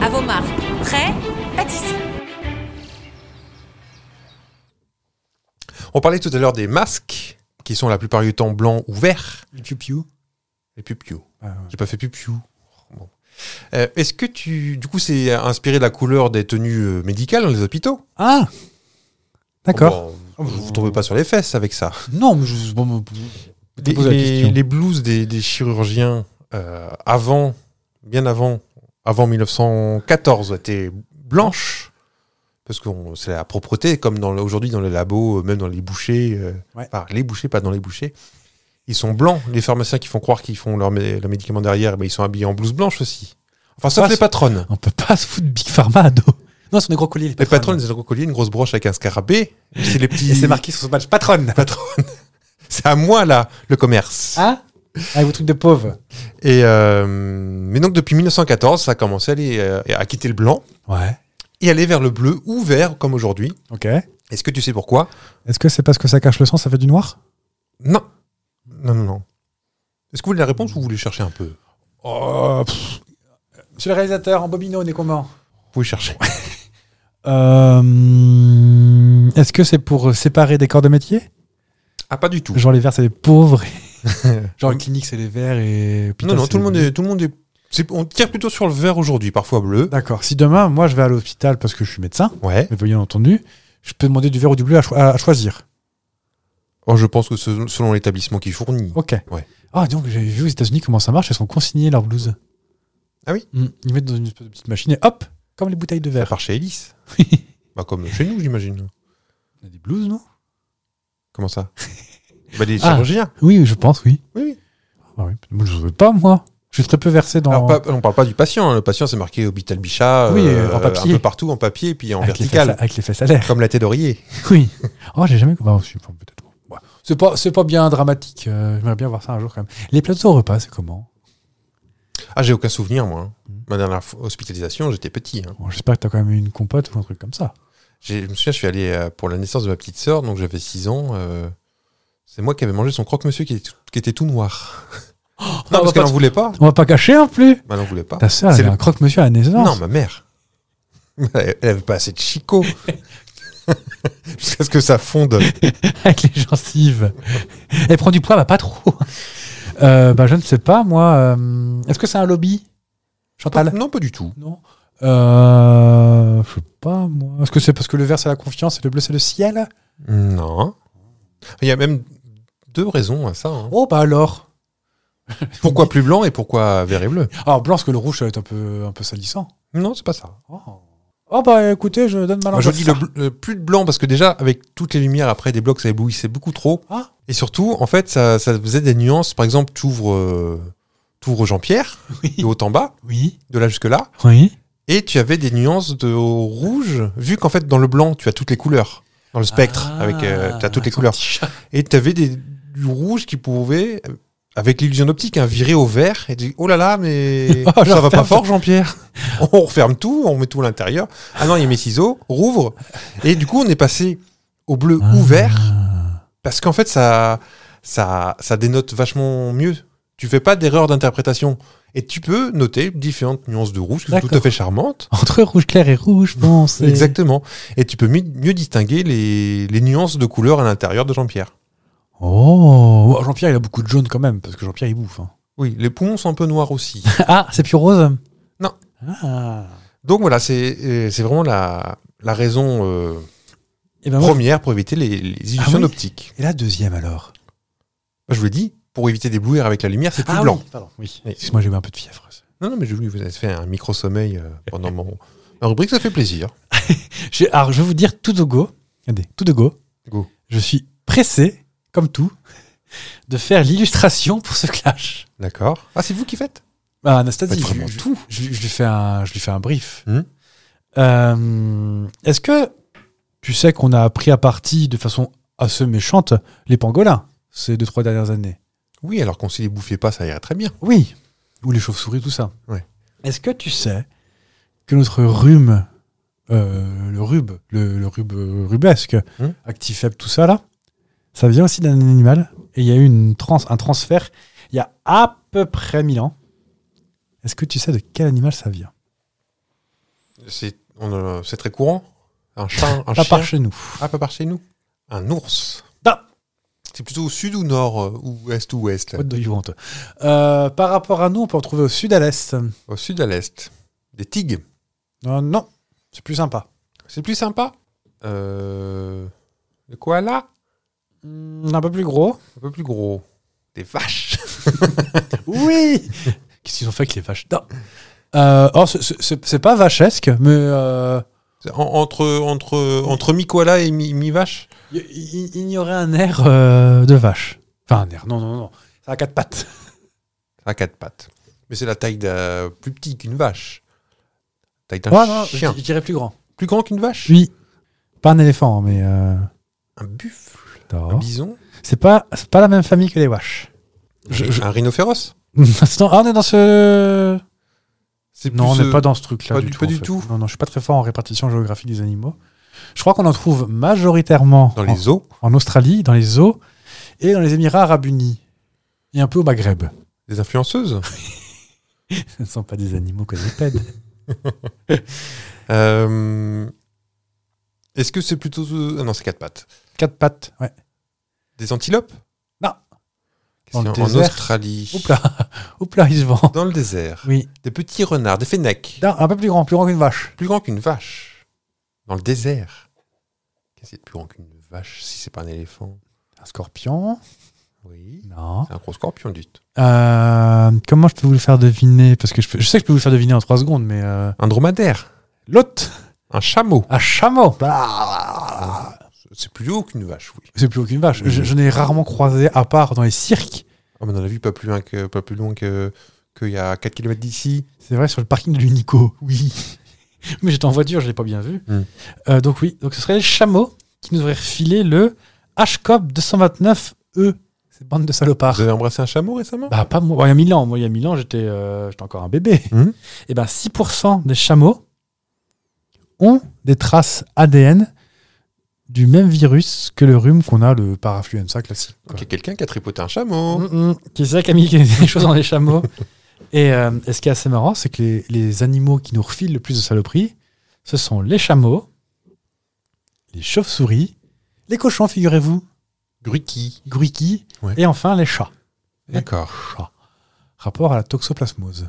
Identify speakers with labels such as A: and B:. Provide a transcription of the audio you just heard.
A: À vos marques. Prêt Pâtisserie.
B: On parlait tout à l'heure des masques, qui sont la plupart du temps blancs ou verts.
C: Le piou-piou.
B: Et pupiou.
C: Ah ouais.
B: J'ai pas fait pupiou. Bon. Euh, Est-ce que tu. Du coup, c'est inspiré de la couleur des tenues euh, médicales dans les hôpitaux
C: Ah D'accord.
B: Bon, vous vous tombez pas sur les fesses avec ça.
C: Non, mais je. Bon, bon, je te
B: Les,
C: pose la
B: les-
C: question.
B: les blouses des, des chirurgiens euh, avant, bien avant, avant 1914 étaient blanches. Parce que on- c'est la propreté, comme dans le- aujourd'hui dans les labos, euh, même dans les bouchers. euh,
C: Ouais.
B: enfin, les bouchers, pas dans les bouchers. Ils sont blancs. Les pharmaciens qui font croire qu'ils font leur, mé- leur médicament derrière, mais ils sont habillés en blouse blanche aussi. Enfin, sauf
C: Ah,
B: les
C: c'est-
B: patronnes.
C: On peut pas se foutre Big Pharma à dos. Non, ce sont des gros colliers.
B: Les patronnes, ils ont un gros collier, une grosse broche avec un scarabée. C'est les petits.
C: Et c'est marqué sur ce badge. Patronne
B: Patronne. c'est à moi, là, le commerce.
C: Ah Ah, vos trucs de pauvres.
B: Et euh, mais donc depuis 1914, ça a commencé à, aller, euh, à quitter le blanc
C: Ouais.
B: et aller vers le bleu ou vert comme aujourd'hui.
C: Ok. Est-ce
B: Est-ce que tu sais pourquoi
C: que c'est parce que ça cache le sang, ça fait du noir
B: Non. Non, non, non. Est-ce que vous voulez la réponse ou vous voulez chercher un peu Vous
C: Oh, pff. Monsieur le réalisateur, en bobino, on est comment
B: pouvez chercher.
C: Euh, Est-ce que c'est pour séparer des corps de métier
B: Ah, pas du tout.
C: Genre les verts, c'est les pauvres. Genre les cliniques, c'est les verts et.
B: non,
C: hôpital,
B: non,
C: c'est
B: tout le
C: les
B: monde est. Tout le monde est c'est- on tire plutôt sur le vert aujourd'hui, parfois bleu.
C: D'accord. Si demain, moi, je vais à l'hôpital parce que je suis médecin,
B: Ouais.
C: mais bien entendu, je peux demander du vert ou du bleu à, cho- à- à choisir.
B: Oh, je pense que ce- selon l'établissement qui fournit.
C: Ok.
B: Ouais.
C: Ah, donc j'avais vu aux États-Unis comment ça marche, elles sont consignées leurs blouses.
B: Ah oui
C: Mm. Ils mettent dans une espèce de petite machine et hop, comme les bouteilles de
B: Ça
C: verre.
B: part chez Elise. Bah, comme chez nous, j'imagine.
C: On a des blouses, non
B: Comment ça Bah, des
C: Ah.
B: chirurgiens.
C: Oui, je pense, oui.
B: Oui, oui.
C: Ah oui. Moi, je ne veux pas, moi. Je suis très peu versé dans.
B: Alors, Ah, pas- on parle pas du patient. hein. Le patient, c'est marqué hôpital Bichat,
C: Oui,
B: euh,
C: en papier.
B: un peu partout en papier, et puis en
C: avec, les fesses, à-
B: vertical,
C: avec les fesses à l'air.
B: comme la tête d'oreiller.
C: Oui. Oh, j'ai jamais. Bah, je suis- enfin, peut-être. Ouais. C'est pas, c'est pas bien dramatique. euh, J'aimerais bien voir ça un jour quand même. Les plateaux au repas, c'est comment
B: Ah, j'ai aucun souvenir, moi. hein.
C: Mhm.
B: Ma dernière fois- hospitalisation, j'étais petit. hein.
C: Bon, J'espère que t'as quand même eu une compote ou un truc comme ça.
B: J'ai- Je me souviens, je suis allé euh, pour la naissance de ma petite sœur, donc j'avais 6 ans. euh, c'est moi qui avais mangé son croque-monsieur qui, était tout- qui était tout noir. non,
C: on va
B: parce qu'elle
C: Oh, pas
B: n'en voulait pas.
C: On va pas cacher en plus.
B: Bah, elle n'en voulait pas.
C: Ta sœur, elle
B: C'est
C: avait
B: le-
C: un croque-monsieur à la naissance.
B: Non, ma mère. Elle elle avait pas assez de chicot. Jusqu'à ce que ça fonde.
C: avec les gencives. elle prend du poids, bah pas trop. Euh, bah, je ne sais pas, moi. euh, Est-ce que c'est un lobby, Chantal
B: Non, pas du tout.
C: Non. Euh, je sais pas, moi. Est-ce que c'est parce que le vert, c'est la confiance et le bleu, c'est le ciel
B: Non. Il y a même deux raisons à ça. hein.
C: Oh, bah alors.
B: Pourquoi plus blanc et pourquoi vert et bleu
C: Alors, blanc, parce que le rouge, ça va être un peu, un peu salissant.
B: Non, c'est pas ça.
C: Oh. Oh, bah écoutez, je donne ma
B: Moi,
C: langue.
B: je
C: à
B: dis
C: ça.
B: le bl- euh, plus de blanc parce que déjà, avec toutes les lumières après des blocs, ça éblouissait beaucoup trop.
C: Ah.
B: Et surtout, en fait, ça, ça faisait des nuances. Par exemple, t'ouvres euh, t'ouvres Jean-Pierre, de haut en bas,
C: Oui.
B: de là jusque-là,
C: Oui.
B: et tu avais des nuances de au rouge, vu qu'en fait, dans le blanc, tu as toutes les couleurs. Dans le spectre,
C: Ah,
B: avec euh, tu as toutes les
C: ton
B: couleurs.
C: petit chat.
B: Et tu avais des, du rouge qui pouvait, euh, avec l'illusion optique, hein, virer au vert. Et tu dis, oh là là, mais
C: Oh,
B: ça va
C: Jean-Pierre.
B: pas fort, Jean-Pierre. on referme tout, on met tout à l'intérieur. Ah non, il y a mes ciseaux, rouvre. Et du coup, on est passé au bleu
C: Ah.
B: ou vert, parce qu'en fait, ça, ça, ça dénote vachement mieux. Tu fais pas d'erreur d'interprétation. Et tu peux noter différentes nuances de rouge qui sont tout à
C: D'accord.
B: fait charmantes.
C: Entre rouge clair et rouge, bon, c'est.
B: Exactement. Et tu peux mi- mieux distinguer les, les nuances de couleurs à l'intérieur de Jean-Pierre.
C: Oh, Jean-Pierre, il a beaucoup de jaune quand même, parce que Jean-Pierre, il bouffe. hein.
B: Oui, les poumons sont un peu noirs aussi.
C: Ah, c'est plus rose
B: Non.
C: Ah.
B: Donc voilà, c'est euh, c'est vraiment la, la raison euh,
C: Et, ben moi-
B: première pour éviter les, les illusions
C: Ah oui.
B: d'optique.
C: Et la deuxième alors
B: Je vous l'ai dit, pour éviter d'éblouir avec la lumière, c'est tout
C: Ah
B: blanc.
C: oui, pardon. Oui.
B: Oui.
C: Excuse-moi, j'ai eu un peu de fièvre.
B: Non, non, mais je vous vous avez fait un micro-sommeil euh, pendant mon, ma rubrique, ça fait plaisir.
C: J'ai- Alors, je vais vous dire tout de go. Regardez, tout de go.
B: Go.
C: Je suis pressé, comme tout, de faire l'illustration pour ce clash.
B: D'accord. Ah, c'est vous qui faites
C: Ah,
B: Faites
C: Anastasie,
B: vraiment
C: je, je- je- je lui fais un, je lui fais un brief.
B: Mhm.
C: Euh, Est-ce que tu sais qu'on a appris à partie de façon assez méchante les pangolins ces deux, trois dernières années
B: Oui, alors qu'on ne les bouffait pas, ça irait très bien.
C: Oui. Ou les chauves-souris, tout ça.
B: Ouais.
C: Est-ce que tu sais que notre rhume, euh, le rube, le, le rube euh, rubesque,
B: Hum.
C: actifable, tout ça là, ça vient aussi d'un animal. Et il y a eu une trans- un transfert il y a à peu près 1000 ans. Est-ce que tu sais de quel animal ça vient
B: C'est on, euh, c'est très courant. Un chat, un
C: Pas
B: chien.
C: par chez nous.
B: Ah, pas par chez nous. Un ours.
C: Ah.
B: C'est plutôt au sud ou nord, euh, ou est ou ouest là
C: What do you want Euh, Par rapport à nous, on peut en trouver au sud à l'est.
B: Au sud à l'est. Des tigres.
C: Non, non, c'est plus sympa.
B: C'est plus sympa. Euh... Le koala
C: Hum, Un peu plus gros.
B: Un peu plus gros. Des vaches.
C: Oui Qu'est-ce qu'ils ont fait avec les vaches Non. Euh, or, ce- ce- c'est c'est pas vachesque, mais euh,
B: En- entre entre, entre mi-koala et mi- mi-vache
C: il il- il y aurait un air euh, de vache. Enfin, un air, non, non, non. Ça a quatre pattes.
B: à quatre pattes. Mais c'est la taille d'un plus petit qu'une vache. Taille d'un
C: Ouais, non, je,
B: chien.
C: je dirais plus grand.
B: Plus grand qu'une vache
C: Oui. Pas un éléphant, mais. euh,
B: Un buffle Un
C: non.
B: bison
C: C'est pas, c'est pas la même famille que les vaches.
B: Un- Un rhinocéros
C: Attends, ah, on est dans ce.
B: C'est
C: Non, on
B: plus,
C: n'est
B: euh,
C: pas dans ce truc-là.
B: pas
C: du,
B: du-
C: tout,
B: pas
C: en
B: du
C: fait.
B: tout.
C: Non, non, je suis pas très fort en répartition géographique des animaux. Je crois qu'on en trouve majoritairement
B: Dans
C: en-
B: les eaux
C: en Australie, dans les zoos et dans les Émirats arabes unis. Et un peu au Maghreb.
B: Des influenceuses
C: Ce ne sont pas des animaux quadrupèdes.
B: Euh, Est-ce que c'est plutôt. euh, Ah non, c'est quatre pattes.
C: Quatre pattes, ouais.
B: Des antilopes
C: Non.
B: Qu'est-ce
C: Dans
B: qu'il y a
C: le
B: en
C: désert.
B: Australie.
C: Oups là, oups là, il se vend.
B: Dans le désert.
C: Oui.
B: Des petits renards, des fennecs.
C: Non, un peu plus grand, plus grand qu'une vache.
B: Plus grand qu'une vache. Dans le désert. Qu'est-ce qui est plus grand qu'une vache si c'est pas un éléphant
C: Un scorpion
B: Oui.
C: Non.
B: C'est un gros scorpion, dites.
C: Euh, comment je peux vous le faire deviner Parce que je, peux- je sais que je peux vous le faire deviner en trois secondes, mais. euh,
B: Un dromadaire.
C: L'hôte
B: Un chameau.
C: Un chameau Ah.
B: C'est plus haut qu'une vache, oui.
C: C'est plus aucune vache. Je, je n'ai rarement croisé, à part dans les cirques.
B: Oh, mais on en a vu pas plus loin que, pas plus loin que, qu'il y a 4 km d'ici.
C: C'est vrai, sur le parking de l'Unico, oui. Mais j'étais en voiture, je ne l'ai pas bien vu.
B: Mm.
C: Euh, donc oui, donc ce serait les chameaux qui nous auraient refilé le HCOP 229E. E, Cette bande de salopards.
B: Vous avez embrassé un chameau récemment
C: Bah pas moi, il y a mille ans. Moi, il y a mille ans, j'étais euh, j'étais encore un bébé.
B: Mm.
C: Et ben 6% des chameaux ont des traces ADN du même virus que le rhume qu'on a, le parafluenza classique. quoi.
B: Ok, quelqu'un qui a tripoté un chameau.
C: Mm, mm. Qui c'est Camille qui a mis des choses dans les chameaux. Et, euh, et ce qui est assez marrant, c'est que les, les animaux qui nous refilent le plus de saloperies, ce sont les chameaux, les chauves-souris, les cochons, figurez-vous,
B: Gruki.
C: gruiki,
B: Ouais.
C: et enfin les chats.
B: D'accord.
C: Chats. Rapport à la toxoplasmose.